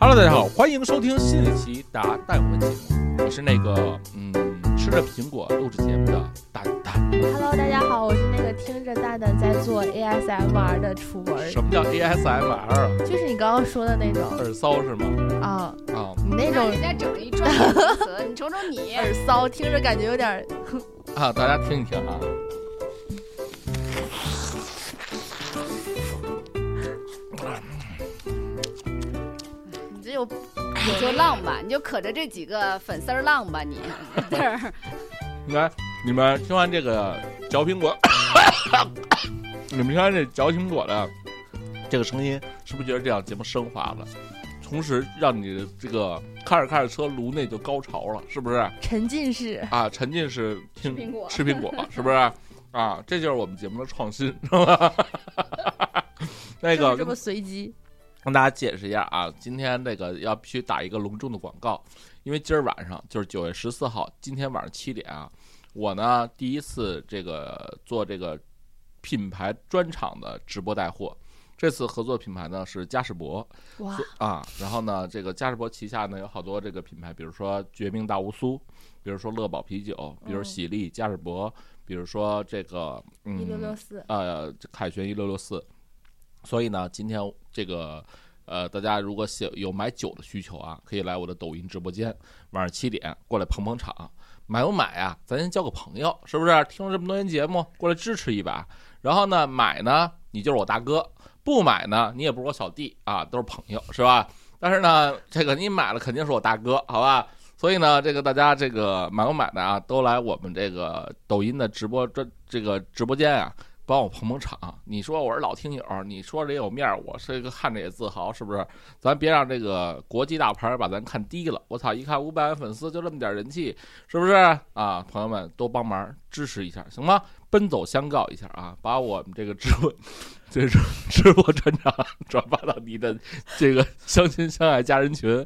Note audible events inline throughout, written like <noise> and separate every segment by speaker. Speaker 1: Hello，大家好，欢迎收听新一期《达蛋魂》节目，我是那个嗯吃着苹果录制节目的蛋蛋。
Speaker 2: Hello，大家好，我是那个听着蛋蛋在做 ASMR 的楚文儿，
Speaker 1: 什么叫 ASMR 啊？
Speaker 2: 就是你刚刚说的那种
Speaker 1: 耳骚是吗？
Speaker 2: 啊，
Speaker 1: 啊，
Speaker 2: 你那
Speaker 3: 哎让
Speaker 2: 种
Speaker 3: 人家整一专业名词，你瞅瞅你，
Speaker 2: 耳骚，听着感觉有点儿
Speaker 1: 啊，大家听一听啊。
Speaker 3: 你这就你就浪吧，你就可着这几个粉丝儿浪吧，你在这儿
Speaker 1: 来，你们听完这个嚼苹 <laughs> 果，你们听完这嚼苹果的这个声音，是不是觉得这档节目升华了？同时让你的这个开着开着车颅内就高潮了，是不是？
Speaker 2: 沉浸式。
Speaker 1: 啊，沉浸式听
Speaker 3: 吃苹果
Speaker 1: 吃苹果是不是？
Speaker 2: <laughs>
Speaker 1: 啊，这就是我们节目的创新，是吧？ <laughs> 那
Speaker 2: 就是
Speaker 1: 个
Speaker 2: 这
Speaker 1: 跟
Speaker 2: 么随机，
Speaker 1: 跟大家解释一下啊，今天这个要必须打一个隆重的广告，因为今儿晚上就是九月十四号，今天晚上七点啊，我呢第一次这个做这个品牌专场的直播带货，这次合作品牌呢是嘉士伯，
Speaker 2: 哇，
Speaker 1: 所啊，然后呢，这个嘉士伯旗下呢有好多这个品牌，比如说绝命大乌苏，比如说乐宝啤酒，比如
Speaker 2: 嗯
Speaker 1: 喜力、嘉士伯，比如说这个嗯
Speaker 2: 一六六四，
Speaker 1: 呃凯旋一六六四。所以呢，今天这个呃，大家如果有有买酒的需求啊，可以来我的抖音直播间，晚上七点过来捧捧场。买不买啊？咱先交个朋友，是不是？听了这么多年节目，过来支持一把。然后呢，买呢，你就是我大哥；不买呢，你也不是我小弟啊，都是朋友，是吧？但是呢，这个你买了肯定是我大哥，好吧？所以呢，这个大家这个买不买的啊，都来我们这个抖音的直播这这个直播间啊，帮我捧捧场。你说我是老听友，你说这有面儿，我是一个看着也自豪，是不是？咱别让这个国际大牌把咱看低了。我操，一看五百万粉丝就这么点人气，是不是啊？朋友们都帮忙支持一下，行吗？奔走相告一下啊，把我们这个直播，这是直播专场转发到你的这个相亲相爱家人群。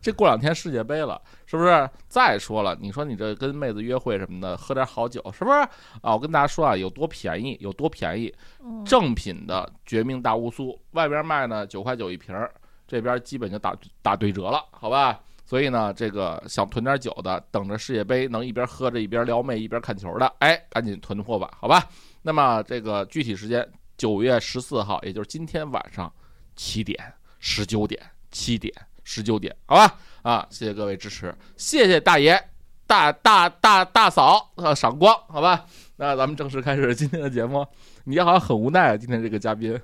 Speaker 1: 这过两天世界杯了，是不是？再说了，你说你这跟妹子约会什么的，喝点好酒，是不是啊？我跟大家说啊，有多便宜有多便宜，
Speaker 2: 嗯，
Speaker 1: 正品的绝命大乌苏，外边卖呢九块九一瓶儿，这边基本就打打对折了，好吧？所以呢，这个想囤点酒的，等着世界杯能一边喝着一边撩妹一边看球的，哎，赶紧囤货吧，好吧？那么这个具体时间九月十四号，也就是今天晚上七点、十九点、七点、十九点，好吧？啊，谢谢各位支持，谢谢大爷、大大大大嫂，呃，赏光，好吧？那咱们正式开始今天的节目。你好像很无奈啊，今天这个嘉宾，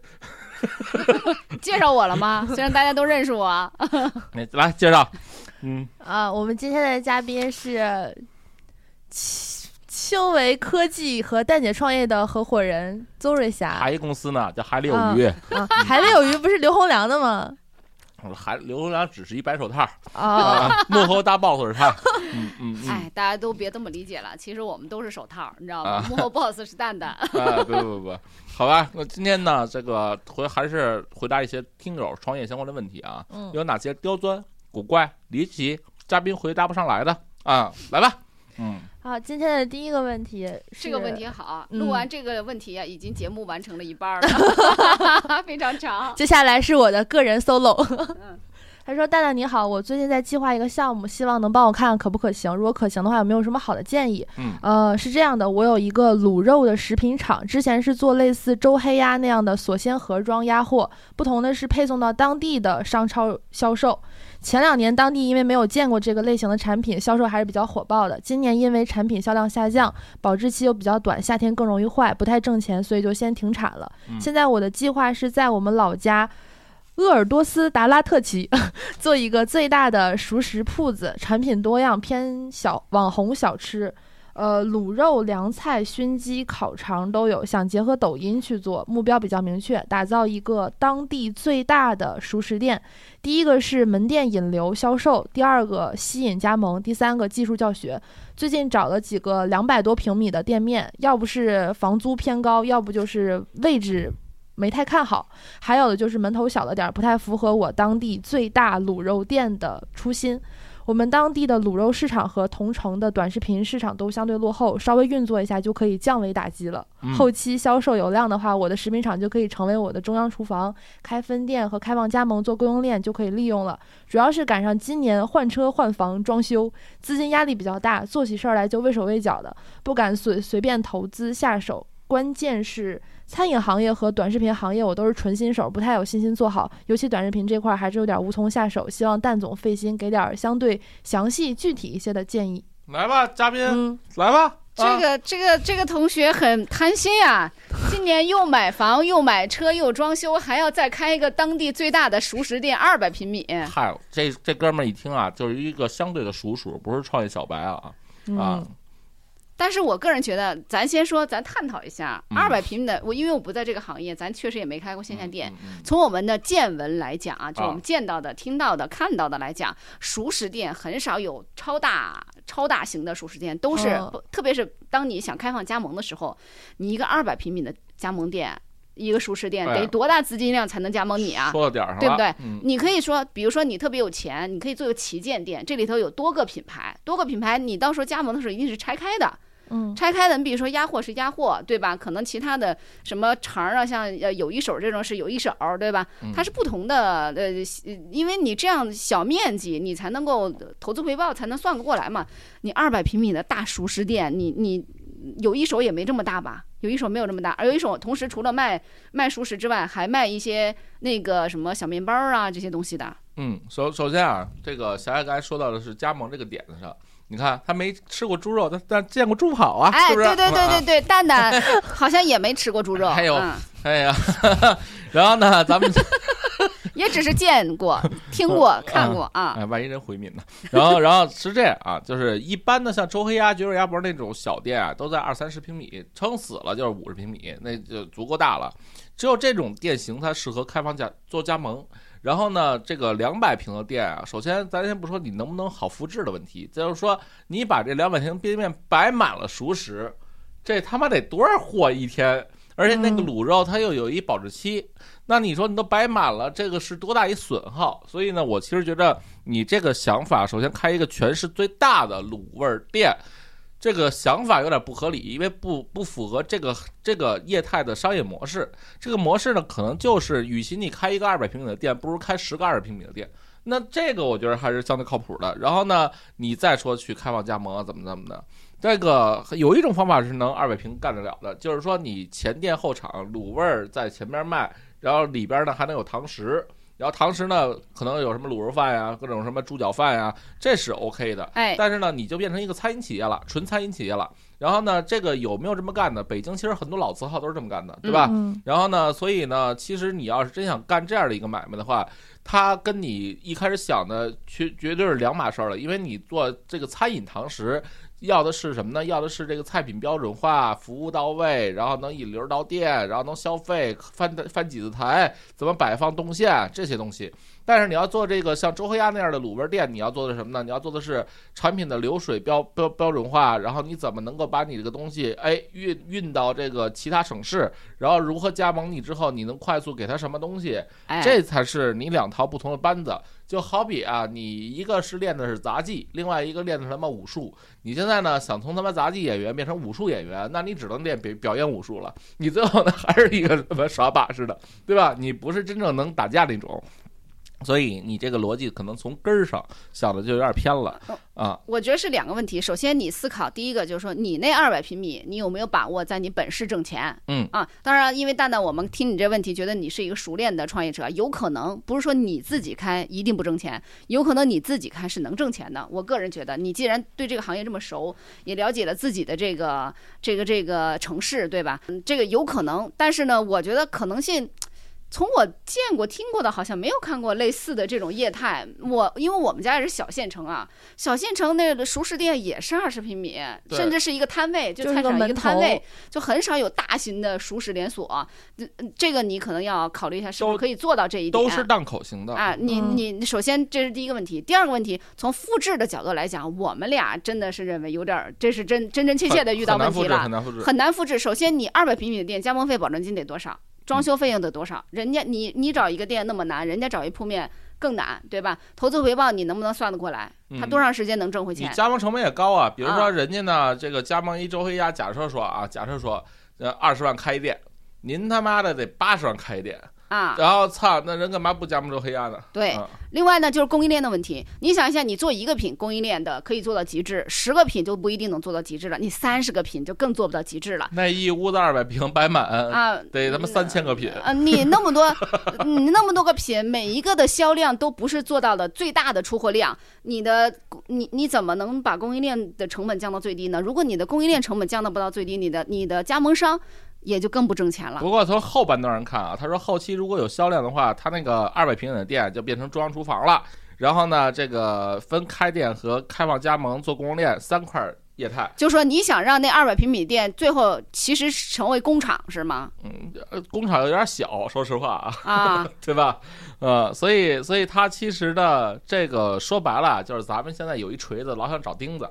Speaker 3: 介绍我了吗？虽然大家都认识我，
Speaker 1: 来哎来介绍，嗯，
Speaker 2: 啊，我们今天的嘉宾是青青维科技和蛋姐创业的合伙人邹瑞霞
Speaker 3: 啊
Speaker 1: 海一公司呢叫海里有
Speaker 3: 嗯
Speaker 1: 鱼，
Speaker 2: 啊，海里有鱼不是刘洪良的吗？
Speaker 1: 我说海刘洋只是一白手套
Speaker 2: 啊，
Speaker 1: <laughs> 啊，幕后大 boss 是
Speaker 3: <laughs>
Speaker 1: 他，嗯嗯嗯，
Speaker 3: 哦哎，大家都别这么理解了，其实我们都是手套，你知道吗
Speaker 1: 啊？
Speaker 3: 幕后 boss 是蛋蛋，
Speaker 1: 啊不不不，好吧，那今天呢这个回还是回答一些听友创业相关的问题啊，
Speaker 2: 嗯，
Speaker 1: 有哪些刁钻、古怪、离奇，嘉宾回答不上来的啊，来吧，嗯，
Speaker 2: 好，今天的第一个问题是
Speaker 3: 这个问题好。
Speaker 2: 嗯
Speaker 3: 录完这个问题啊，已经节目完成了一半儿了，非常长。
Speaker 2: 接下来是我的个人 solo。
Speaker 3: 嗯，
Speaker 2: <laughs> 他说：“蛋蛋你好，我最近在计划一个项目，希望能帮我看看可不可行。如果可行的话，有没有什么好的建议？
Speaker 1: 嗯
Speaker 2: 呃，是这样的，我有一个卤肉的食品厂，之前是做类似周黑鸭那样的锁鲜盒装鸭货，不同的是配送到当地的呃商超销售。前两年当地因为没有见过这个类型的产品，销售还是比较火爆的。今年因为产品销量下降，保质期又比较短，夏天更容易坏，不太挣钱，所以就先停产了。
Speaker 1: 嗯
Speaker 2: 现在我的计划是在我们老家。鄂尔多斯达拉特旗做一个最大的熟食铺子，产品多样，偏小网红小吃，呃，卤肉、凉菜、熏鸡、烤肠都有，想结合抖音去做，目标比较明确，打造一个当地最大的熟食店。第一个是门店引流销售，第二个吸引加盟，第三个技术教学。最近找了几个两百多平米的店面，要不是房租偏高，要不就是位置没太看好，还有的就是门头小了点儿，不太符合我当地最大卤肉店的初心。我们当地的卤肉市场和同城的短视频市场都相对落后，稍微运作一下就可以降维打击了。
Speaker 1: 嗯
Speaker 2: 后期销售有量的话，我的食品厂就可以成为我的中央厨房，开分店和开放加盟做供应链就可以利用了。主要是赶上今年换车、换房、装修，资金压力比较大，做起事儿来就畏手畏脚的，不敢随随便投资下手。关键是餐饮行业和短视频行业，我都是纯新手，不太有信心做好。尤其短视频这块儿还是有点无从下手，希望蛋总费心给点儿相对详细、具体一些的建议。
Speaker 1: 来吧，嘉宾，
Speaker 2: 嗯，
Speaker 1: 来吧。
Speaker 3: 这个这个这个同学很贪心呀、今年又买房又买车又装修，还要再开一个当地最大的熟食店，二百平米。
Speaker 1: 啊太这这哥们儿一听啊，就是一个相对的熟熟，不是创业小白啊
Speaker 2: 嗯
Speaker 1: 啊，
Speaker 3: 但是我个人觉得，咱先说，咱探讨一下
Speaker 1: 嗯
Speaker 3: 二百平米的。我因为我不在这个行业，咱确实也没开过线下店。
Speaker 1: 嗯，嗯嗯
Speaker 3: 从我们的见闻来讲啊，就我
Speaker 1: 啊
Speaker 3: 们见到的、听到的、看到的来讲，熟食店很少有超大、超大型的熟食店，都是
Speaker 2: 嗯
Speaker 3: 不、特别是当你想开放加盟的时候，你一个二百平米的加盟店，一个熟食店
Speaker 1: 哎呀
Speaker 3: 得多大资金量才能加盟你啊？
Speaker 1: 嗯说到点儿上了，
Speaker 3: 对不对
Speaker 1: 嗯，
Speaker 3: 你可以说，比如说你特别有钱，你可以做个旗舰店，这里头有多个品牌，多个品牌你到时候加盟的时候一定是拆开的，
Speaker 2: 嗯
Speaker 3: 拆开的，你比如说鸭货是鸭货，对吧？可能其他的什么肠儿啊，像呃有一手这种是有一手，对吧
Speaker 1: 嗯？
Speaker 3: 它是不同的，呃，因为你这样小面积，你才能够投资回报才能算得过来嘛。你二百平米的大熟食店，你你有一手也没这么大吧？有一手没有这么大，而有一手同时除了卖卖熟食之外，还卖一些那个什么小面包啊这些东西的。
Speaker 1: 嗯，首首先啊，这个霞霞刚才说到的是加盟这个点子上，你看他没吃过猪肉，但但见过猪跑啊，
Speaker 3: 哎，
Speaker 1: 是不是？
Speaker 3: 对对对对
Speaker 1: 对，
Speaker 3: 对，蛋蛋好像也没吃过猪肉，
Speaker 1: 还有
Speaker 3: 嗯
Speaker 1: 哎呀， <laughs> 然后呢，咱们
Speaker 3: 也只是见 <laughs> 过、听过、看过啊。
Speaker 1: 哎，万一人回民呢？ <laughs> 然后，然后是这样啊，就是一般的像周黑鸭、绝味鸭脖那种小店啊，都在二三十平米，撑死了就是五十平米，那就足够大了。只有这种店型它适合开放加做加盟。然后呢，这个两百平的店啊，首先咱先不说你能不能好复制的问题，就是说你把这两百平店面摆满了熟食，这他妈得多少货一天？而且那个
Speaker 2: 嗯
Speaker 1: 卤肉它又有一保质期，那你说你都摆满了，这个是多大一损耗？所以呢，我其实觉得你这个想法，首先开一个全市最大的卤味儿店，这个想法有点不合理，因为不不符合这个这个业态的商业模式。这个模式呢，可能就是与其你开一个二百平米的店，不如开十个二百平米的店。那这个我觉得还是相对靠谱的。然后呢，你再说去开放加盟啊怎么怎么的，这个有一种方法是能二百平干得了的，就是说你前店后厂，卤味儿在前边卖，然后里边呢还能有堂食，然后堂食呢可能有什么卤肉饭呀、各种什么猪脚饭呀、这是 OK 的。
Speaker 3: 哎，
Speaker 1: 但是呢，你就变成一个餐饮企业了，纯餐饮企业了。然后呢，这个有没有这么干的？北京其实很多老字号都是这么干的，对吧？
Speaker 2: 嗯
Speaker 1: 然后呢，所以呢，其实你要是真想干这样的一个买卖的话，它跟你一开始想的绝绝对是两码事儿了，因为你做这个餐饮堂食。要的是什么呢？要的是这个菜品标准化、服务到位，然后能引流到店，然后能消费、翻翻几次台、怎么摆放动线这些东西。但是你要做这个像周黑鸭那样的卤味店，你要做的是什么呢？你要做的是产品的流水标标标准化，然后你怎么能够把你这个东西哎运运到这个其他省市，然后如何加盟你之后，你能快速给他什么东西？
Speaker 3: 哎，
Speaker 1: 这才是你两套不同的班子。就好比啊，你一个是练的是杂技，另外一个练的是他妈武术。你现在呢，想从他妈杂技演员变成武术演员，那你只能练表表演武术了。你最后呢，还是一个什么耍把式的，对吧？你不是真正能打架那种。
Speaker 3: 嗯
Speaker 1: 所以你这个逻辑可能从根儿上想的就有点偏了啊。
Speaker 3: 我觉得是两个问题。首先，你思考第一个就是说，你那二百平米，你有没有把握在你本市挣钱？
Speaker 1: 嗯
Speaker 3: 啊，当然，因为蛋蛋，我们听你这问题，觉得你是一个熟练的创业者，有可能不是说你自己开一定不挣钱，有可能你自己开是能挣钱的。我个人觉得，你既然对这个行业这么熟，也了解了自己的这个这个这个城市，对吧？嗯，这个有可能，但是呢，我觉得可能性。从我见过、听过的，好像没有看过类似的这种业态。我因为我们家也是小县城啊，小县城那个熟食店也是二十平米，
Speaker 1: 对
Speaker 3: 甚至是一个摊位，
Speaker 2: 就是
Speaker 3: 菜
Speaker 2: 个
Speaker 3: 场一
Speaker 2: 门
Speaker 3: 个摊
Speaker 2: 头
Speaker 3: 位，就很少有大型的熟食连锁、嗯嗯这个你可能要考虑一下，是不
Speaker 1: 都
Speaker 3: 是可以做到这一点？
Speaker 1: 都是档口型的，
Speaker 3: 啊，你
Speaker 2: 嗯
Speaker 3: 你你首先这是第一个问题，第二个问题，从复制的角度来讲，我们俩真的是认为有点儿，这是真真真切切的遇到
Speaker 1: 很
Speaker 3: 问
Speaker 1: 难复
Speaker 3: 题
Speaker 1: 制，
Speaker 3: 了
Speaker 1: 很，难复制。
Speaker 3: 很难复制。首先，你二百平米的店，加
Speaker 1: 嗯
Speaker 3: 盟费、保证金得多少？装修费用得多少？人家你你找一个店那么难，人家找一铺面。更难，对吧？投资回报你能不能算得过来？它
Speaker 1: 嗯
Speaker 3: 多长时间能挣回
Speaker 1: 你
Speaker 3: 钱？
Speaker 1: 加盟成本也高啊。比如
Speaker 3: 啊
Speaker 1: 说人家呢，这个加盟一周黑鸭，假设说啊，假设说呃二十万开一店，您他妈的得八十万开一店，
Speaker 3: 啊，
Speaker 1: 然后操，那人干嘛不加盟周黑鸭呢？
Speaker 3: 对
Speaker 1: 啊。
Speaker 3: 另外呢，就是供应链的问题。你想一下，你做一个品，供应链的可以做到极致，十个品就不一定能做到极致了，你三十个品就更做不到极致了
Speaker 1: 那一屋子二百平摆满，
Speaker 3: 啊。
Speaker 1: 得他妈三千个品。
Speaker 3: 啊，你那么多，你那么多个品，每一个的销量都不是做到了最大的出货量，你的你你怎么能把供应链的成本降到最低呢？如果你的供应链成本降到不到最低，你的你的加盟商也就更不挣钱了。
Speaker 1: 不过从后半段上看啊，他说后期如果有销量的话，他那个二百平米的店就变成中央厨房了。然后呢，这个分开店和开放加盟做供应链三块业态，
Speaker 3: 就说你想让那二百平米店最后其实成为工厂是吗？
Speaker 1: 呃，工厂有点小，说实话啊，
Speaker 3: 啊，
Speaker 1: 对吧？呃，所以所以他其实呢，这个说白了啊就是咱们现在有一锤子，老想找钉子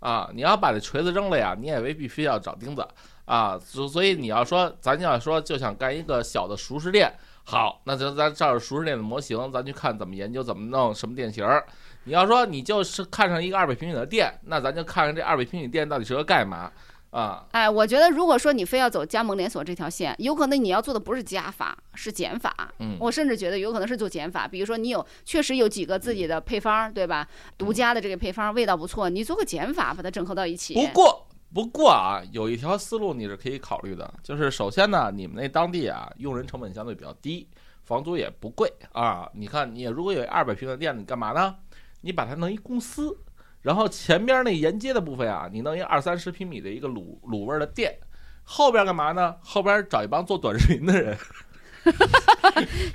Speaker 1: 啊。你要把这锤子扔了呀，你也未必非要找钉子啊。所所以你要说，咱要说就想干一个小的熟食店，好，那咱咱照着熟食店的模型，咱去看怎么研究怎么弄什么店型儿。你要说你就是看上一个二百平米的店，那咱就看看这二百平米店到底适合干嘛啊？
Speaker 3: 哎，我觉得如果说你非要走加盟连锁这条线，有可能你要做的不是加法，是减法。
Speaker 1: 嗯
Speaker 3: 我甚至觉得有可能是做减法，比如说你有确实有几个自己的配方儿，对吧？
Speaker 1: 嗯
Speaker 3: 独家的这个配方儿味道不错，你做个减法把它整合到一起。
Speaker 1: 不过不过啊，有一条思路你是可以考虑的，就是首先呢，你们那当地啊，用人成本相对比较低，房租也不贵啊。你看，你也如果有二百平的店，你干嘛呢？你把它弄一公司，然后前边那沿街的部分啊，你弄一二三十平米的一个卤卤味儿的店。后边干嘛呢？后边找一帮做短视频的人，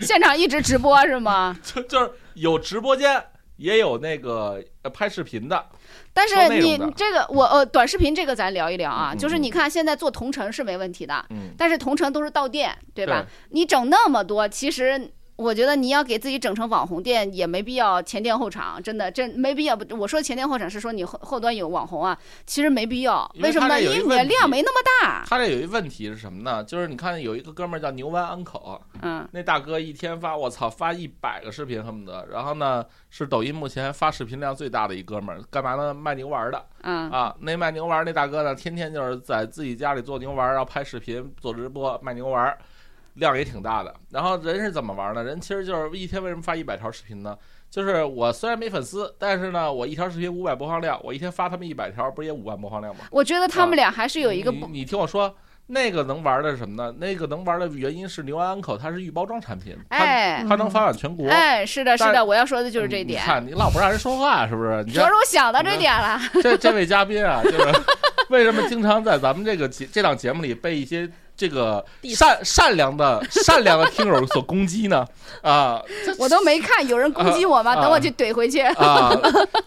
Speaker 3: 现场一直直播
Speaker 1: <laughs>
Speaker 3: 是吗？
Speaker 1: 就就是有直播间，也有那个呃拍视频的，
Speaker 3: 但是
Speaker 1: 做内
Speaker 3: 你
Speaker 1: 容的
Speaker 3: 这个我呃短视频这个咱聊一聊啊，
Speaker 1: 嗯嗯
Speaker 3: 就是
Speaker 1: 嗯
Speaker 3: 你看现在做同城是没问题的，
Speaker 1: 嗯，
Speaker 3: 但是同城都是到店，对吧？
Speaker 1: 对
Speaker 3: 你整那么多，其实我觉得你要给自己整成网红店也没必要前店后厂，真的，这没必要。我说前店后厂是说你后后端有网红啊，其实没必要。
Speaker 1: 因为
Speaker 3: 什么呢？
Speaker 1: 它这
Speaker 3: 因
Speaker 1: 有一个
Speaker 3: 为你的
Speaker 1: 问题
Speaker 3: 量没那么大。
Speaker 1: 他这有一问题是什么呢？就是你看有一个哥们儿叫牛湾安口，
Speaker 3: 嗯，
Speaker 1: 那大哥一天发我操发一百个视频恨不得，然后呢是抖音目前发视频量最大的一哥们儿，干嘛呢？卖牛丸儿的
Speaker 3: 嗯
Speaker 1: 啊！那卖牛丸儿那大哥呢，天天就是在自己家里做牛丸儿，然后拍视频做直播卖牛丸儿，量也挺大的。然后人是怎么玩儿呢？人其实就是一天为什么发一百条视频呢？就是我虽然没粉丝，但是呢，我一条视频五百播放量，我一天发他们一百条，不是也五万播放量吗？
Speaker 3: 我觉得他们俩还是有一个
Speaker 1: 啊你
Speaker 3: 不，
Speaker 1: 你听我说，那个能玩的是什么呢？那个能玩的原因是牛安口它是预包装产品，它、
Speaker 3: 哎
Speaker 1: 它能发展全国。
Speaker 3: 哎，是的，是
Speaker 1: 但
Speaker 3: 的，
Speaker 1: 是嗯
Speaker 3: 我要说的就是这一
Speaker 1: 你
Speaker 3: 点。
Speaker 1: 看你老不让人说话是不是？你
Speaker 3: 哲
Speaker 1: 这嗯
Speaker 3: 如想到这点了， <laughs>
Speaker 1: 这这位嘉宾啊，就是 <laughs> 为什么经常在咱们这个节这档节目里被一些这个
Speaker 2: Diss
Speaker 1: 善善良的善良的听友所攻击呢？啊，这
Speaker 3: 我都没看有人攻击我吗？
Speaker 1: 啊
Speaker 3: 等我去怼回去。
Speaker 1: 啊，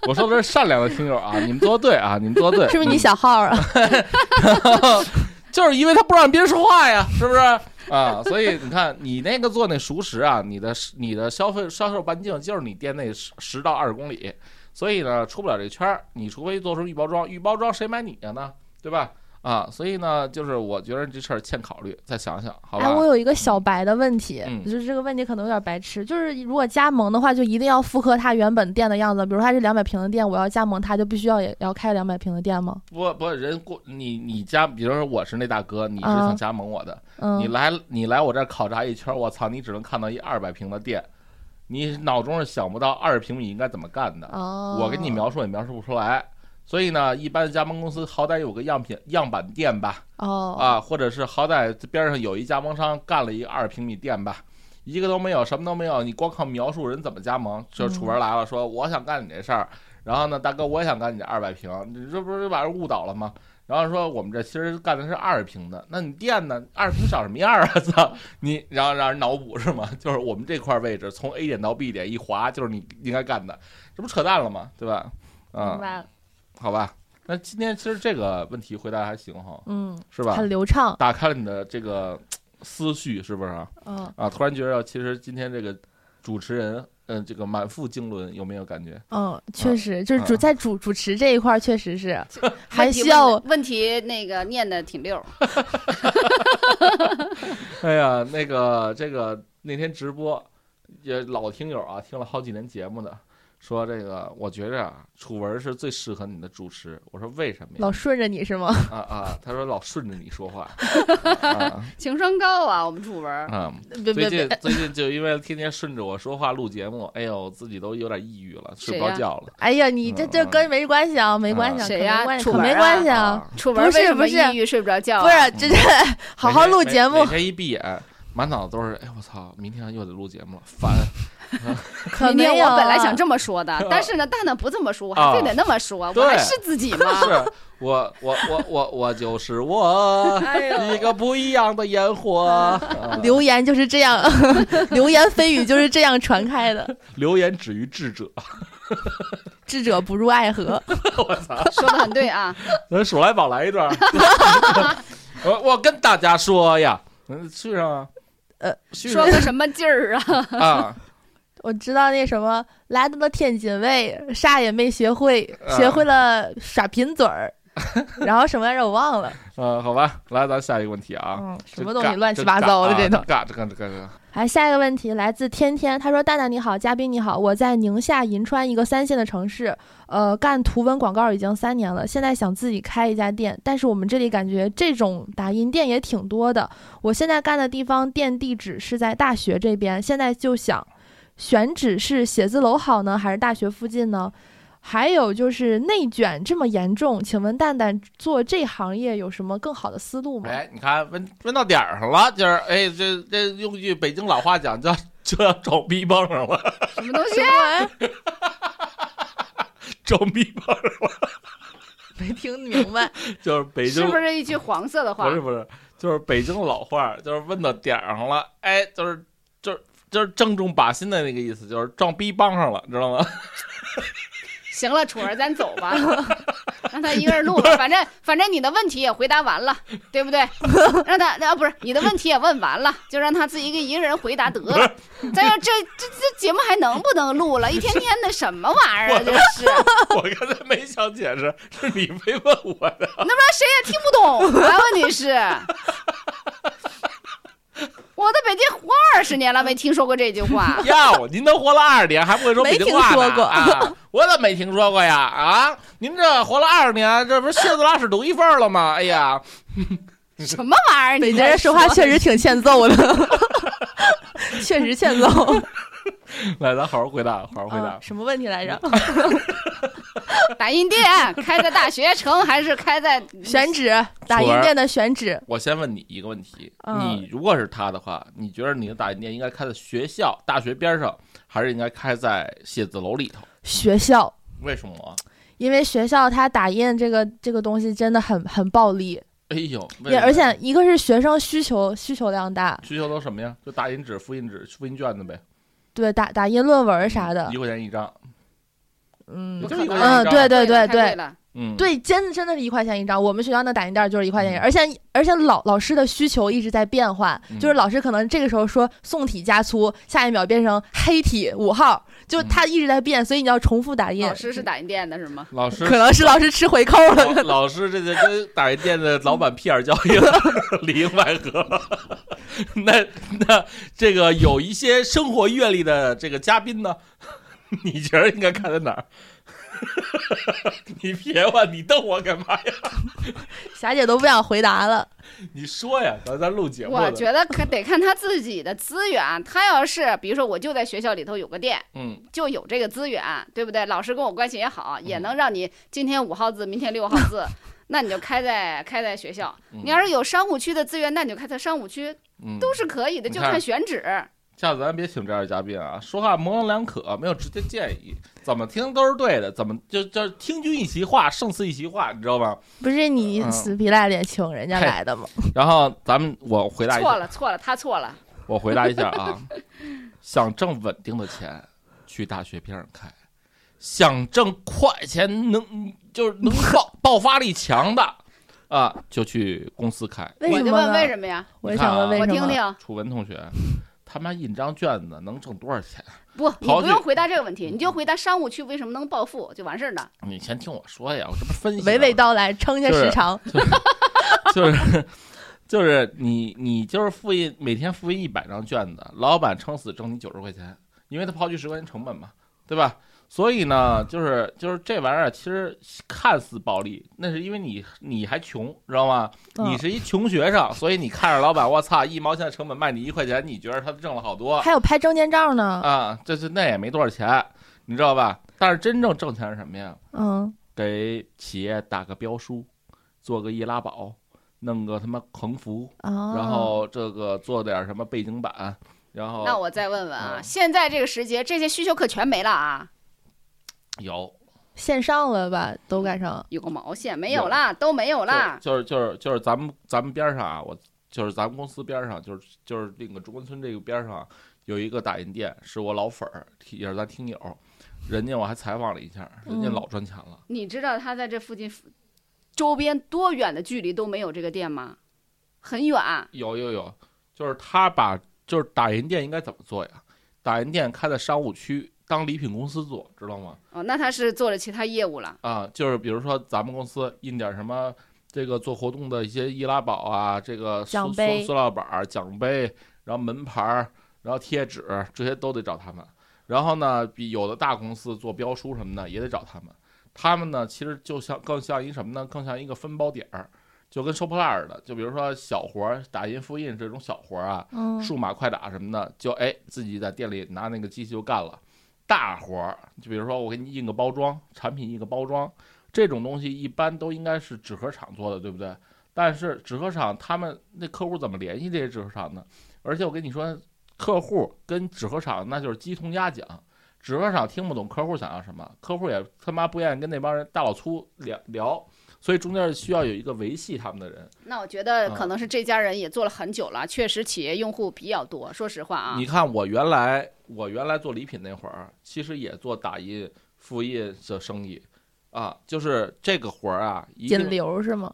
Speaker 1: 我说的是善良的听友啊，你们做的对啊，你们做的对，
Speaker 2: 是不是你小号啊？
Speaker 1: <laughs> 就是因为他不让别人说话呀，是不是？啊，所以你看，你那个做那熟食啊，你的你的消费销售半径就是你店内十十到二十公里，所以呢，出不了这圈儿。你除非做出预包装，预包装谁买你的呢？对吧？啊，所以呢，就是我觉得这事儿欠考虑，再想想，好吧？
Speaker 2: 哎，我有一个小白的问题，
Speaker 1: 嗯
Speaker 2: 就是这个问题可能有点白痴，就是如果加盟的话，就一定要复刻它原本店的样子，比如它是两百平的店，我要加盟它，就必须要也要开两百平的店吗？
Speaker 1: 不不，人过你你加，比如说我是那大哥，你是
Speaker 2: 啊
Speaker 1: 想加盟我的，你
Speaker 2: 嗯，
Speaker 1: 来你来我这儿考察一圈儿，我操，你只能看到一二百平的店，你脑中是想不到二十平米应该怎么干的。
Speaker 2: 哦，
Speaker 1: 我给你描述也描述不出来。所以呢，一般的加盟公司好歹有个样品样板店吧，
Speaker 2: 哦，
Speaker 1: 啊，或者是好歹边上有一加盟商干了一二平米店吧，一个都没有，什么都没有，你光靠描述人怎么加盟，这
Speaker 2: 嗯
Speaker 1: 楚文来了，说我想干你这事儿，然后呢，大哥我也想干你这二百平，你这不是把人误导了吗？然后说我们这其实干的是二平的，那你店呢？二平长什么样啊？ <laughs> 操你，然后让人脑补是吗？就是我们这块位置从 A 点到 B 点一划，就是你应该干的，这不扯淡了吗？对吧？
Speaker 2: 明
Speaker 1: 嗯，
Speaker 2: 白了，
Speaker 1: 好吧。那今天其实这个问题回答还行哈，
Speaker 2: 嗯，
Speaker 1: 是吧？
Speaker 2: 很流畅，
Speaker 1: 打开了你的这个思绪，是不是啊？
Speaker 2: 嗯
Speaker 1: 啊，突然觉得其实今天这个主持人，嗯、这个满腹经纶，有没有感觉？
Speaker 2: 嗯，确实，就是主
Speaker 1: 啊
Speaker 2: 在主主持这一块儿确实是还
Speaker 3: 问题
Speaker 2: 需要
Speaker 3: 问问题那个念的挺溜儿，
Speaker 1: 哎呀，那个这个那天直播。也老听友啊，听了好几年节目的，说这个我觉着啊，楚文是最适合你的主持。我说为什么呀
Speaker 2: 老？顺着你是吗？
Speaker 1: 啊啊，他说老顺着你说
Speaker 3: <laughs>
Speaker 1: 话。啊
Speaker 3: 情商高啊，我们楚文儿。
Speaker 1: 啊，
Speaker 2: 别
Speaker 1: 最
Speaker 2: 别
Speaker 1: 近
Speaker 2: 别，
Speaker 1: 最近就因为天天顺着我说话录节目，哎呦，自己都有点抑郁了，睡不着
Speaker 3: 谁呀
Speaker 1: 觉了。
Speaker 2: 哎呀，你这这
Speaker 1: 嗯
Speaker 2: 跟没关系啊，没关系啊，
Speaker 3: 谁
Speaker 2: 可没
Speaker 3: 呀
Speaker 2: 关系
Speaker 3: 楚
Speaker 2: 可
Speaker 3: 门
Speaker 2: 没
Speaker 3: 啊
Speaker 2: 关系啊，
Speaker 1: 啊，
Speaker 3: 楚文儿
Speaker 2: 不是
Speaker 3: 为什么
Speaker 2: 不是
Speaker 3: 抑郁睡不着觉啊？
Speaker 2: 不是，这这
Speaker 1: 嗯
Speaker 2: <laughs> 好好录
Speaker 1: 每天
Speaker 2: 节
Speaker 1: 每
Speaker 2: 目
Speaker 1: 每，天一闭眼，满脑子都是，哎，我操，明天又得录节目了，烦。 <laughs>
Speaker 2: 可
Speaker 3: 明
Speaker 2: 没
Speaker 3: 天
Speaker 2: 有
Speaker 3: 我本来
Speaker 2: 啊 <laughs>
Speaker 3: 想这么说的，但是呢，蛋蛋不这么说，我还
Speaker 1: 啊
Speaker 3: 非得那么说，我
Speaker 1: 对
Speaker 3: 还是自己吗？
Speaker 1: 是啊我我我我我就是我，一个不一样的烟火。啊
Speaker 2: <laughs> 留言就是这样， <laughs> 流言蜚语就是这样传开的。
Speaker 1: 留言止于智 <laughs> 者，
Speaker 2: 智者不入爱河，
Speaker 1: 我操！
Speaker 3: 说的很
Speaker 1: <laughs>
Speaker 3: 对啊，
Speaker 1: 咱数来宝来一段儿。 <laughs> 我我跟大家说呀，嗯，续上啊，
Speaker 2: 呃，
Speaker 1: 续
Speaker 3: 说
Speaker 1: 上
Speaker 3: 个什么劲儿啊？
Speaker 1: 啊，
Speaker 2: <laughs> 我知道那什么，来到了天津卫，啥也没学会，学会了耍贫嘴儿，然后什么来着我忘了，
Speaker 1: 呃，好吧，来，咱下一个问题啊。
Speaker 2: 嗯，什
Speaker 1: 这
Speaker 2: 么东西
Speaker 1: 尬
Speaker 2: 乱七八糟的
Speaker 1: 这
Speaker 2: 这都
Speaker 1: 尬。啊这尬这个这个
Speaker 2: 还哎下一个问题来自天天，他说：“蛋蛋你好，嘉宾你好，我在宁夏银川一个三线的城市，呃，干图文广告已经三年了，现在想自己开一家店，但是我们这里感觉这种打印店也挺多的。我现在干的地方店地址是在大学这边，现在就想选址是写字楼好呢，还是大学附近呢？还有就是内卷这么严重，请问蛋蛋做这行业有什么更好的思路吗？
Speaker 1: 哎，你看问问到点儿上了，今儿哎，这这用句北京老话讲叫 <laughs> 就要找逼蹦上了， <laughs>
Speaker 3: 什么东西
Speaker 2: 什？么玩意儿？
Speaker 1: 找逼蹦上了
Speaker 2: <laughs> 没听明白。”
Speaker 1: 就是北京
Speaker 3: 是不是一句黄色的话
Speaker 1: 不？是不是，就是北京老话儿，就是问到点儿上了，哎，就是就是就是正中靶心的那个意思，就是撞逼帮上了，知道吗？ <laughs>
Speaker 3: 行了，楚儿，咱走吧，让他一个人录吧。反正反正你的问题也回答完了，对不对？ <laughs> 让他啊，不是你的问题也问完了，就让他自己一个一个人回答得了。再说这这这节目还能不能录了？一天天的什么玩意儿啊！这是，
Speaker 1: 我刚才没想解释，是你非问我的。
Speaker 3: <laughs> 那不然谁也听不懂啊？问题是。我在北京活二十年了，没听说过这句话。
Speaker 1: 哟，您都活了二十年，还不会说北京话
Speaker 2: 没
Speaker 1: 呢
Speaker 2: 听说过
Speaker 1: 啊？我怎么没听说过呀？啊，您这活了二十年，这不是蝎子拉屎独一份儿了吗？哎呀，
Speaker 3: 什么玩意儿？
Speaker 2: 北
Speaker 3: 你
Speaker 2: 京人说话确实挺欠揍 <laughs> 的，确实欠揍。
Speaker 1: 来，咱好好回答，好好回答。
Speaker 2: 啊什么问题来着？
Speaker 3: 打印店开在大学城还是开在
Speaker 2: <laughs> <laughs> 选址，打印店的选址。
Speaker 1: 我先问你一个问题，
Speaker 2: 嗯
Speaker 1: 你如果是他的话，你觉得你的打印店应该开在学校、大学边上，还是应该开在写字楼里头？
Speaker 2: 学校，
Speaker 1: 为什么？
Speaker 2: 因为学校它打印这个这个东西真的很很暴利，
Speaker 1: 哎呦，为
Speaker 2: 也
Speaker 1: 什么
Speaker 2: 而且一个是学生需求需求量大，
Speaker 1: 需求都什么呀？就打印纸、复印纸、复印卷子呗，
Speaker 2: 对打打印论文啥的
Speaker 1: 一，块钱一张，
Speaker 2: 嗯
Speaker 1: 也
Speaker 3: 不
Speaker 1: 就
Speaker 3: 可
Speaker 1: 一块
Speaker 3: 能
Speaker 1: 钱
Speaker 2: 嗯
Speaker 1: 一，张。
Speaker 2: 对对对
Speaker 3: 对
Speaker 2: 对
Speaker 3: 了，
Speaker 1: 嗯，
Speaker 2: 对，真的真的是一块钱一张。我们学校那打印店就是一块钱一张，
Speaker 1: 嗯
Speaker 2: 而且而且老老师的需求一直在变换，
Speaker 1: 嗯
Speaker 2: 就是老师可能这个时候说宋体加粗，下一秒变成黑体五号，就
Speaker 1: 嗯
Speaker 2: 它一直在变，所以你要重复打印。
Speaker 3: 老师是打印店的是吗？
Speaker 1: 老师哦
Speaker 2: 可。能是老师吃回扣了。
Speaker 1: 老老师，这就跟打印店的老板屁眼儿交易了，里应外合了。那那这个有一些生活阅历的这个嘉宾呢，你觉得应该看在哪儿？ <laughs> 你别我，你瞪我干嘛呀？
Speaker 2: 霞姐都不想回答了。
Speaker 1: 你说呀，咱咱录节目呢。
Speaker 3: 我觉得可得看他自己的资源。他要是比如说我就在学校里头有个店，
Speaker 1: 嗯，
Speaker 3: 就有这个资源，对不对？老师跟我关系也好，也能让你今天五号字，明天六号字。 <laughs> 那你就开在开在学校，
Speaker 1: 嗯
Speaker 3: 你要是有商务区的资源，那你就开在商务区，
Speaker 1: 嗯，
Speaker 3: 都是可以的，
Speaker 1: 你
Speaker 3: 就
Speaker 1: 看
Speaker 3: 看选址。
Speaker 1: 下次咱别请这样的嘉宾啊，说话模棱两可，没有直接建议，怎么听都是对的，怎么就就听君一席话，胜似一席话，你知道吗？
Speaker 2: 不是你
Speaker 1: 嗯
Speaker 2: 死皮赖脸请人家
Speaker 1: 嘿
Speaker 2: 来的吗？
Speaker 1: 然后咱们我回答一
Speaker 3: 错
Speaker 1: 下，
Speaker 3: 了错了，他错了，
Speaker 1: 我回答一下啊，想挣稳定的钱，去大学边上开；想挣快钱能就是能爆爆发力强的啊，就去公司开。
Speaker 2: 为
Speaker 3: 我
Speaker 2: 什
Speaker 3: 就
Speaker 2: 么
Speaker 3: 问
Speaker 2: 呢？
Speaker 3: 为什么呀？
Speaker 2: 我也想
Speaker 1: 啊
Speaker 2: 问为
Speaker 3: 我
Speaker 2: 什么？
Speaker 3: 听听。
Speaker 1: 楚文同学，他妈印张卷子能挣多少钱？
Speaker 3: 不，你
Speaker 1: 好
Speaker 3: 不
Speaker 1: 几
Speaker 3: 用回答这个问题，你
Speaker 1: 嗯
Speaker 3: 就回答商务区为什么能暴富就完事儿了。
Speaker 1: 你先啊听我说呀，我这不分析呢
Speaker 2: 娓娓道来，撑一下
Speaker 1: 就是
Speaker 2: 时长。
Speaker 1: 就是就是你你就是复印每天复印一百张卷子，老板撑死挣你九十块钱，因为他刨去十块钱成本嘛，对吧？所以呢，就是就是这玩意儿，其实看似暴利，那是因为你你还穷，知道吗？你是一穷学生，所以你看着老板，我操，一毛钱的成本卖你一块钱，你觉得他挣了好多
Speaker 2: 还有拍证件照呢，
Speaker 1: 啊？这这那也没多少钱，你知道吧？但是真正挣钱是什么呀？
Speaker 2: 嗯，
Speaker 1: 给企业打个标书，做个易拉宝，弄个他妈横幅，
Speaker 2: 哦，
Speaker 1: 然后这个做点什么背景板，然
Speaker 3: 那
Speaker 1: 后
Speaker 3: 我再问问啊，
Speaker 1: 嗯
Speaker 3: 现在这个时节，这些需求可全没了啊，
Speaker 1: 有
Speaker 2: 线上了吧，都赶上，
Speaker 3: 有个毛线没有啦，都没有啦。
Speaker 1: 就是就是就是咱们咱们边儿上啊，我就是咱们公司边儿上，就是就是那个中关村这个边儿上啊有一个打印店，是我老粉儿，也是咱听友，人家我还采访了一下，人家
Speaker 2: 嗯
Speaker 1: 老赚钱了，
Speaker 3: 你知道他在这附近周边多远的距离都没有这个店吗？很远，啊
Speaker 1: 有有有，就是他把就是打印店应该怎么做呀？打印店开在商务区，当礼品公司做，知道吗？
Speaker 3: 哦，那他是做了其他业务了。
Speaker 1: 啊，就是比如说咱们公司印点什么这个做活动的一些易拉宝啊，这个塑
Speaker 2: 奖
Speaker 1: 塑
Speaker 2: 杯
Speaker 1: 塑料板儿、奖杯，然后门牌儿，然后贴纸，这些都得找他们。然后呢，比有的大公司做标书什么的也得找他们。他们呢，其实就像更像一什么呢？更像一个分包点儿，就跟收破烂儿似的。就比如说小活儿、打印、复印这种小活儿啊，
Speaker 2: 嗯，
Speaker 1: 数码快打什么的，就哎自己在店里拿那个机器就干了。大活儿，就比如说我给你印个包装，产品印个包装，这种东西一般都应该是纸盒厂做的，对不对？但是纸盒厂他们那客户怎么联系这些纸盒厂呢？而且我跟你说，客户跟纸盒厂那就是鸡同鸭讲，纸盒厂听不懂客户想要什么，客户也他妈不愿意跟那帮人大老粗聊聊，所以中间需要有一个维系他们的人。
Speaker 3: 那我觉
Speaker 1: 嗯
Speaker 3: 得可能是这家人也做了很久了，确实企业用户比较多。说实话啊，
Speaker 1: 你看我原来我原来做礼品那会儿，其实也做打印、复印的生意，啊，就是这个活儿啊，一
Speaker 2: 引
Speaker 1: 定
Speaker 2: 流是吗？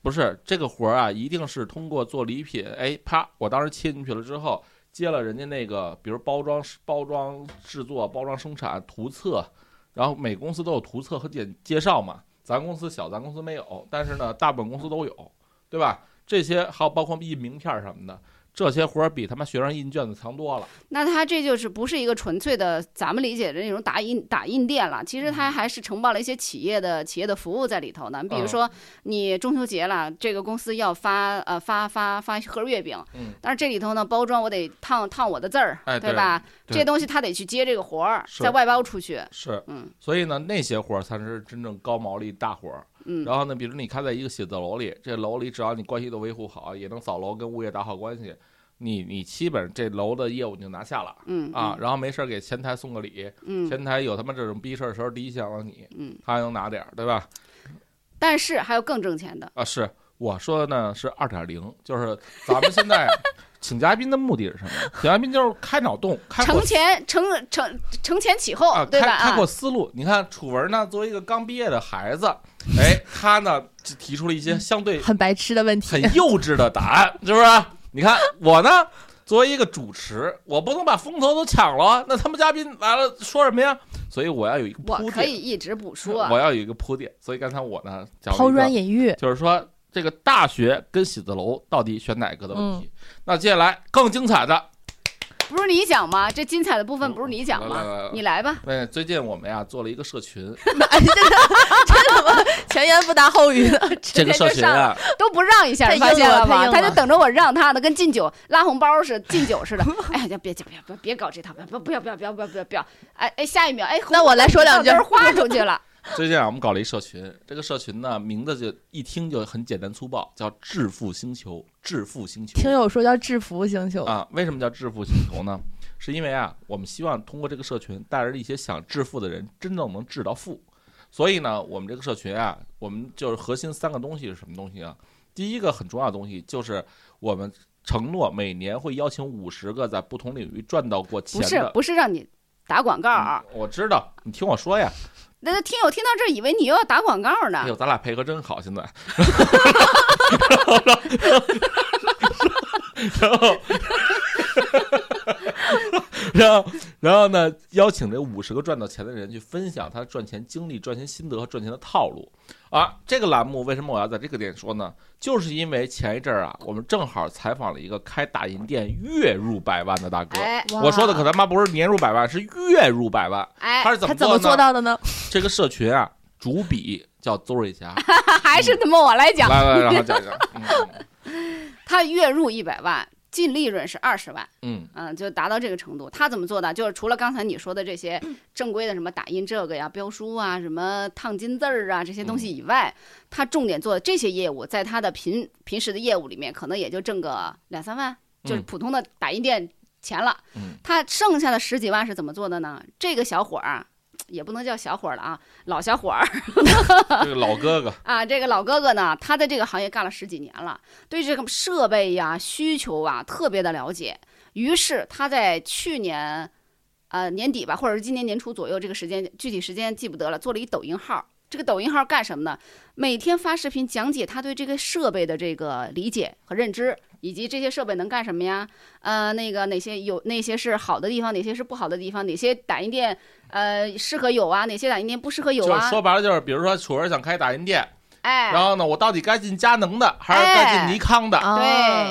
Speaker 1: 不是这个活儿啊，一定是通过做礼品，哎，啪，我当时切进去了之后，接了人家那个，比如包装、包装制作、包装生产、图册，然后每公司都有图册和简介绍嘛，咱公司小，咱公司没有，但是呢，大部分公司都有，对吧？这些还有包括印名片儿什么的，这些活儿比他妈学生印卷子强多了。
Speaker 3: 那他这就是不是一个纯粹的咱们理解的那种打印打印店了？其实
Speaker 1: 嗯
Speaker 3: 他还是承包了一些企业的企业的服务在里头呢。比如说你中秋节了，这个公司要发呃发发发一盒月饼，
Speaker 1: 嗯，
Speaker 3: 但是这里头呢包装我得烫烫我的字儿，
Speaker 1: 哎
Speaker 3: 对
Speaker 1: 对
Speaker 3: 吧？
Speaker 1: 对
Speaker 3: 这东西他得去接这个活儿，
Speaker 1: 是
Speaker 3: 再外包出去，
Speaker 1: 是，
Speaker 3: 嗯
Speaker 1: 所以呢，那些活儿才是真正高毛利大活儿。
Speaker 3: 嗯。
Speaker 1: 然后呢，比如你开在一个写字楼里，这楼里只要你关系都维护好，也能扫楼跟物业打好关系，你你基本这楼的业务你就拿下了
Speaker 3: 嗯
Speaker 1: 啊。，然后没事儿给前台送个礼，
Speaker 3: 嗯，嗯
Speaker 1: 前台有他妈这种逼事儿的时候，第一想到你，
Speaker 3: 嗯，
Speaker 1: 他还能拿点儿，对吧？
Speaker 3: 但是还有更挣钱的，
Speaker 1: 啊，是我说的呢是二点零，就是咱们现在 <laughs> 请嘉宾的目的是什么？请嘉宾就是开脑洞，开火
Speaker 3: 承前承承承前启后，
Speaker 1: 啊，
Speaker 3: 对
Speaker 1: 开
Speaker 3: 吧？
Speaker 1: 开
Speaker 3: 啊
Speaker 1: 阔，思路。你看楚文呢，作为一个刚毕业的孩子，哎，他呢就提出了一些相对
Speaker 2: 很白痴的问
Speaker 1: 很
Speaker 2: 题，
Speaker 1: 幼稚的答案，是不是？你看我呢，作为一个主持，我不能把风头都抢了，啊那他们嘉宾来了说什么呀？所以我要有一个
Speaker 3: 我
Speaker 1: 铺
Speaker 3: 可以
Speaker 1: 垫，
Speaker 3: 一直不说，
Speaker 1: 我要有一个铺垫。所以刚才我呢讲了
Speaker 2: 抛
Speaker 1: 一
Speaker 2: 砖
Speaker 1: 个，
Speaker 2: 引玉，
Speaker 1: 就是说这个大学跟写字楼到底选哪个的问
Speaker 3: 嗯
Speaker 1: 题。那接下来更精彩的，
Speaker 3: 不是你讲吗？这精彩的部分不是你讲
Speaker 1: 来来来
Speaker 3: 吗
Speaker 1: 来？
Speaker 3: 你来吧。
Speaker 1: 哎，最近我们呀做了一个社
Speaker 3: <laughs>
Speaker 1: 群，
Speaker 2: 哎真的真的吗？前言不搭后语的，
Speaker 1: 这个社群啊，
Speaker 3: 都不让一下，
Speaker 2: 太
Speaker 3: 你发现
Speaker 2: 硬了太
Speaker 3: 吗？
Speaker 2: 硬
Speaker 3: 他就
Speaker 2: 了
Speaker 3: 等着我让他呢，跟敬酒拉红包似的，敬酒似的。哎呀，别别别别别搞这套，不不要不要不要不要不要不要！哎哎，下一秒哎，
Speaker 2: 那我来说两句
Speaker 3: 红包花出去了。
Speaker 1: <laughs> 最近啊，我们搞了一社群，这个社群呢，名字就一听就很简单粗暴，叫“致富星球”。致富星球，
Speaker 2: <laughs> 听友说叫制服星球，
Speaker 1: 啊，为什么叫致富星球呢？是因为啊，我们希望通过这个社群，带着一些想致富的人，真正能致到富。所以呢，我们这个社群啊，我们就是核心三个东西是什么东西啊？第一个很重要的东西就是我们承诺每年会邀请五十个在不同领域赚到过钱
Speaker 3: 不是
Speaker 1: 的。嗯
Speaker 3: 不是让你打广告啊，
Speaker 1: 我知道，你听我说呀。
Speaker 3: 那那听友听到这儿以为你又要打广告
Speaker 1: 哎
Speaker 3: 呢
Speaker 1: 呦，。咱俩配合真好，现在。然后，然后，然后，然后呢，邀请这五十个赚到钱的人去分享他赚钱经历、赚钱心得和赚钱的套路。啊，这个栏目为什么我要在这个点说呢？就是因为前一阵儿啊，我们正好采访了一个开打印店月入百万的大哥。
Speaker 3: 哎
Speaker 2: 哇
Speaker 1: 我说的可他妈不是年入百万，是月入百万。
Speaker 3: 哎
Speaker 1: 他，是怎
Speaker 2: 他
Speaker 1: 么
Speaker 2: 怎
Speaker 1: 做
Speaker 2: 么
Speaker 1: 呢
Speaker 2: 做到的呢？
Speaker 1: 这个社群啊，主笔叫邹瑞霞，
Speaker 3: 还是他妈我来讲，
Speaker 1: 来来，然后讲一
Speaker 3: <laughs>
Speaker 1: 讲。嗯
Speaker 3: 他月入一百万，净利润是二十万。
Speaker 1: 嗯，
Speaker 3: 嗯，就达到这个程度。他怎么做的？就是除了刚才你说的这些正规的什么打印这个呀、标书啊、什么烫金字儿啊这些
Speaker 1: 嗯
Speaker 3: 东西以外，他重点做的这些业务，在他的平平时的业务里面，可能也就挣个两三万，就是
Speaker 1: 嗯
Speaker 3: 普通的打印店钱了。
Speaker 1: 嗯
Speaker 3: 他剩下的十几万是怎么做的呢？这个小伙儿啊，也不能叫小伙儿了啊，老小伙儿，
Speaker 1: 嗯这个老哥哥，
Speaker 3: 啊，这个老哥哥呢，他在这个行业干了十几年了，对这个设备呀、需求啊特别的了解。于是他在去年，呃年底吧，或者是今年年初左右这个时间，具体时间记不得了，做了一抖音号。这个抖音号干什么呢？每天发视频讲解他对这个设备的这个理解和认知，以及这些设备能干什么呀？呃，那个哪些有哪些是好的地方，哪些是不好的地方，哪些打印店呃适合有啊，哪些打印店不适合有
Speaker 1: 就
Speaker 3: 啊
Speaker 1: 是？说白了就是，比如说楚儿想开打印店，
Speaker 3: 哎，
Speaker 1: 然后呢，我到底该进佳能的还是该进尼康的？
Speaker 2: 哦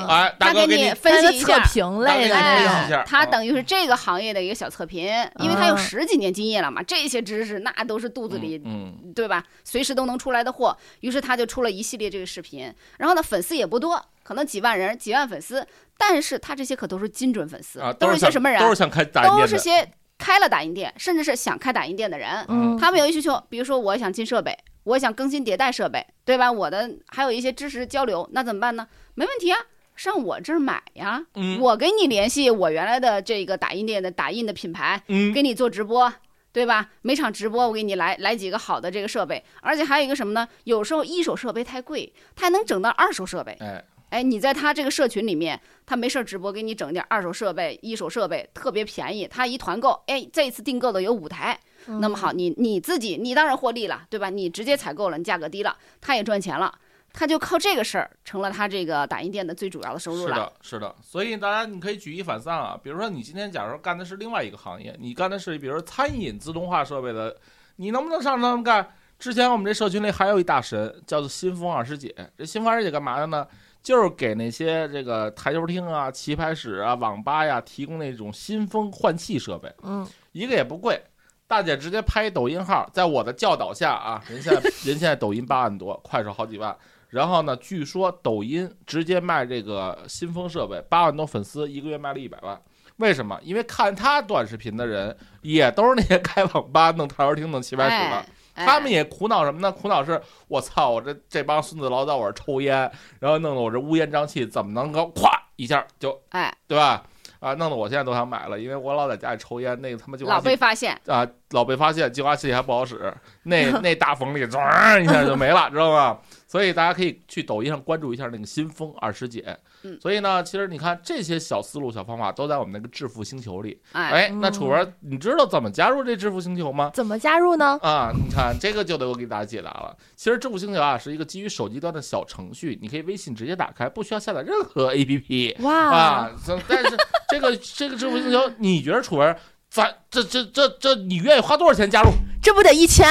Speaker 1: 哎，大哥
Speaker 3: 他给
Speaker 1: 你
Speaker 3: 你分析一
Speaker 2: 测
Speaker 3: 下。
Speaker 2: 评类的
Speaker 1: 大概
Speaker 2: 这
Speaker 1: 分
Speaker 2: 种
Speaker 1: 析一。下哦
Speaker 3: 他哎等于是这个行业的一个小测评，因为他有十几年经验了嘛，这些知识那都是肚子里，
Speaker 1: 嗯，
Speaker 3: 对吧？随时都能出来的货。于是他就出了一系列这个视频，然后呢，粉丝也不多，可能几万人、几万粉丝，但是他这些可都是金准粉丝，
Speaker 1: 嗯啊，
Speaker 3: 都
Speaker 1: 是
Speaker 3: 一些
Speaker 1: 想
Speaker 3: 什么人？
Speaker 1: 都是想开打印
Speaker 3: 都
Speaker 1: 店
Speaker 3: 是
Speaker 1: 的，
Speaker 3: 些开了打印店，甚至是想开打印店的人。
Speaker 2: 嗯，
Speaker 3: 他们有一需求，比如说我想进设备，我想更新迭代设备，对吧？我的还有一些知识交流，那怎么办呢？没问题啊，上我这儿买呀。
Speaker 1: 嗯
Speaker 3: 我给你联系我原来的这个打印店的打印的品牌，
Speaker 1: 嗯
Speaker 3: 给你做直播，对吧？每场直播我给你来来几个好的这个设备，而且还有一个什么呢？有时候一手设备太贵，他还能整到二手设备。
Speaker 1: 哎，
Speaker 3: 哎，你在他这个社群里面，他没事儿直播给你整点二手设备、一手设备，特别便宜。他一团购，哎，这一次订购的有五台，
Speaker 1: 嗯
Speaker 3: 那么好，你你自己你当然获利了，对吧？你直接采购了，你价格低了，他也赚钱了，他就靠这个事儿成了他这个打印店的最主要的收入
Speaker 1: 是
Speaker 3: 了。
Speaker 1: 的，是的，所以大家你可以举一反三啊，比如说你今天假如干的是另外一个行业，你干的是比如说餐饮自动化设备的，你能不能上他们干？之前我们这社群里还有一大神叫做新风二师姐，这新风二师姐干嘛的呢？就是给那些这个台球厅啊、棋牌室啊、网吧呀提供那种新风换气设备。
Speaker 2: 嗯，
Speaker 1: 一个也不贵。大姐直接拍一抖音号，在我的教导下啊，人现在人现在抖音八万多，快手好几万。然后呢，据说抖音直接卖这个新风设备，八万多粉丝一个月卖了一百万。为什么？因为看他短视频的人也都是那些开网吧、弄台球厅、弄棋牌室的
Speaker 3: 哎，，哎
Speaker 1: 他们也苦恼什么呢？苦恼是我操，我这这帮孙子老在我这抽烟，然后弄得我这乌烟瘴气，怎么能够咵一下就
Speaker 3: 哎
Speaker 1: 对吧？啊，弄得我现在都想买了，因为我老在家里抽烟，那个他妈净化
Speaker 3: 老
Speaker 1: 器
Speaker 3: 被发现，
Speaker 1: 啊，老被发现，净化器还不好使，
Speaker 3: <laughs>
Speaker 1: 那那大缝里唰、一下就没了，知道吗？所以大家可以去抖音上关注一下那个新风二师姐。
Speaker 3: 嗯
Speaker 1: 所以呢，其实你看这些小思路、小方法都在我们那个致富星球里。
Speaker 3: 哎，
Speaker 1: 哎，那楚文，你知道怎么加入这致富星球吗？
Speaker 2: 怎么加入呢？
Speaker 1: 啊，你看这个就得我给大家解答了。其实致富星球啊是一个基于手机端的小程序，你可以微信直接打开，不需要下载任何 APP。
Speaker 2: 哇
Speaker 1: 啊，，这但是这个这个致富星球，你觉得楚文，咱这这这这，你愿意花多少钱加入？
Speaker 2: 这不得一千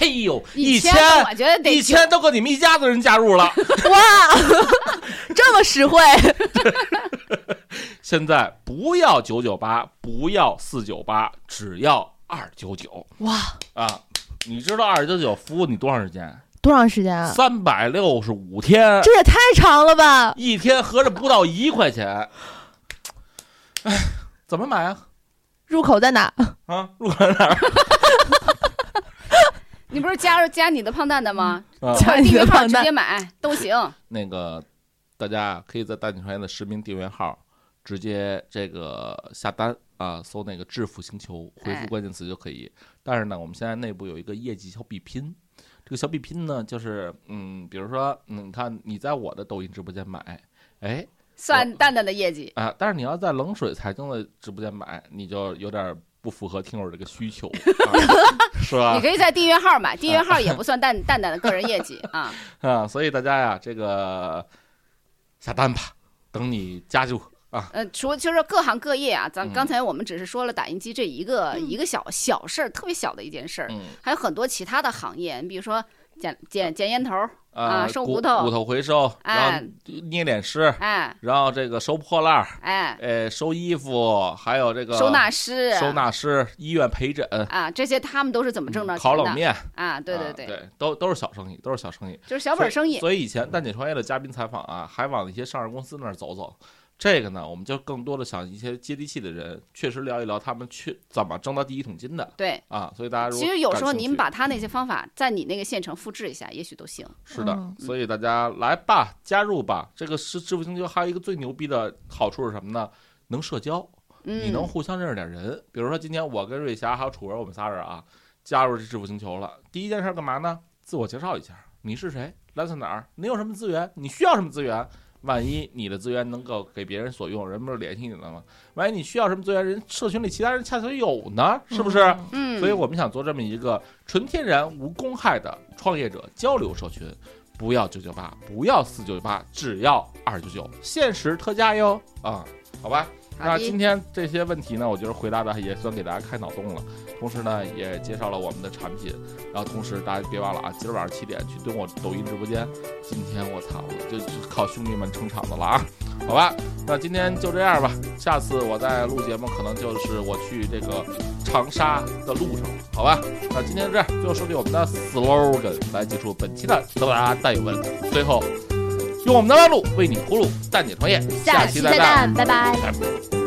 Speaker 1: 哎呦，
Speaker 3: 以
Speaker 1: 一
Speaker 3: 前
Speaker 1: 千
Speaker 3: 我觉得得
Speaker 1: 一千都够你们一家子人加入了。
Speaker 2: 哇， <laughs> 这么实惠，
Speaker 1: 现在不要九九八，不要四九八，只要二九九
Speaker 2: 哇，
Speaker 1: 啊！你知道二九九服务你多长时间？
Speaker 2: 多长时间啊？
Speaker 1: 三百六十五天，
Speaker 2: 这也太长了吧！
Speaker 1: 一天合着不到一块钱。哎，怎么买啊？
Speaker 2: 入口在哪？
Speaker 1: 啊，入口哪儿？
Speaker 3: 你不是加入加你的胖蛋蛋吗？
Speaker 1: 啊
Speaker 2: 加你的
Speaker 3: 订阅号
Speaker 2: 胖
Speaker 3: 直接
Speaker 2: 蛋，
Speaker 3: 买都行。
Speaker 1: 那个大家可以在大井传言的实名订阅号直接这个下单啊，搜那个“致富星球”，回
Speaker 3: 哎
Speaker 1: 复关键词就可以。但是呢，我们现在内部有一个业绩小比拼，这个小比拼呢，就是嗯，比如说，嗯，你看你在我的抖音直播间买，哎
Speaker 3: 算蛋蛋的业绩，
Speaker 1: 啊，但是你要在冷水财经的直播间买，你就有点不符合听友这个需求，啊 <laughs> 是吧？
Speaker 3: 你可以在订阅号买，订阅
Speaker 1: <laughs>
Speaker 3: 号也不算蛋蛋蛋的个人业绩啊。
Speaker 1: 啊，所以大家呀，这个下单吧，等你加入
Speaker 3: 呃，除就是各行各业啊，咱
Speaker 1: 嗯
Speaker 3: 刚才我们只是说了打印机这一个、
Speaker 2: 嗯
Speaker 3: 一个小小事儿，特别小的一件事儿，
Speaker 1: 嗯
Speaker 3: 还有很多其他的行业，你比如说捡捡捡烟头儿，
Speaker 1: 啊，
Speaker 3: 啊收
Speaker 1: 骨
Speaker 3: 骨头
Speaker 1: 骨头回收，然
Speaker 3: 哎
Speaker 1: 后捏脸师，
Speaker 3: 哎
Speaker 1: 然后这个收破烂儿，
Speaker 3: 哎，
Speaker 1: 呃，收衣服，还有这个
Speaker 3: 收纳师，
Speaker 1: 收纳师、医院陪诊、
Speaker 3: 啊，这些他们都是怎么挣到
Speaker 1: 烤
Speaker 3: 钱的？
Speaker 1: 冷面，
Speaker 3: 啊，对
Speaker 1: 对
Speaker 3: 对对，
Speaker 1: 对，都都是小生意，都是小生意。
Speaker 3: 就是小本儿生意，
Speaker 1: 所以以前蛋姐创业的嘉宾采访啊，还往一些上市公司那儿走走。这个呢，我们就更多的想一些接地气的人，确实聊一聊他们去怎么挣到第一桶金的
Speaker 3: 对。
Speaker 1: 啊。所以大家如果
Speaker 3: 其实有
Speaker 1: 感
Speaker 3: 时候
Speaker 1: 兴
Speaker 3: 你
Speaker 1: 趣
Speaker 3: 们把他那些方法在你那个县城复制一下，也许都行。
Speaker 1: 是的
Speaker 2: 嗯，
Speaker 1: 所以大家来吧，加入吧。这个是致富星球还有一个最牛逼的好处是什么呢？能社交，
Speaker 3: 嗯，
Speaker 1: 你能互相认识点人。比如说今天我跟瑞霞还有楚文，我们仨人啊，加入这致富星球了。第一件事干嘛呢？自我介绍一下，你是谁，来自哪儿，你有什么资源，你需要什么资源。万一你的资源能够给别人所用，人不是联系你了吗？万一你需要什么资源，人社群里其他人恰巧有呢，是不是？
Speaker 2: 嗯
Speaker 3: 嗯，
Speaker 1: 所以我们想做这么一个纯天然无公害的创业者交流社群，不要九九八，不要四九八，只要二九九，限时特价哟！啊、好吧。
Speaker 3: 好
Speaker 1: 那
Speaker 3: 的
Speaker 1: 今天这些问题呢，我觉得回答的也算给大家开脑洞了，同时呢也介绍了我们的产品，然后同时大家别忘了啊，今儿晚上七点去蹲我抖音直播间。今天我操，我就就靠兄弟们撑场子了啊！好吧，那今天就这样吧，下次我再录节目可能就是我去这个长沙的路上了，好吧？那今天就这样，最后说句我们的 slogan 来结束本期的德拉带有问，最后用我们的弯路为你铺路，带你创业，
Speaker 3: 下
Speaker 1: 期
Speaker 3: 期
Speaker 1: 再
Speaker 3: 再
Speaker 1: 战。
Speaker 2: 拜拜。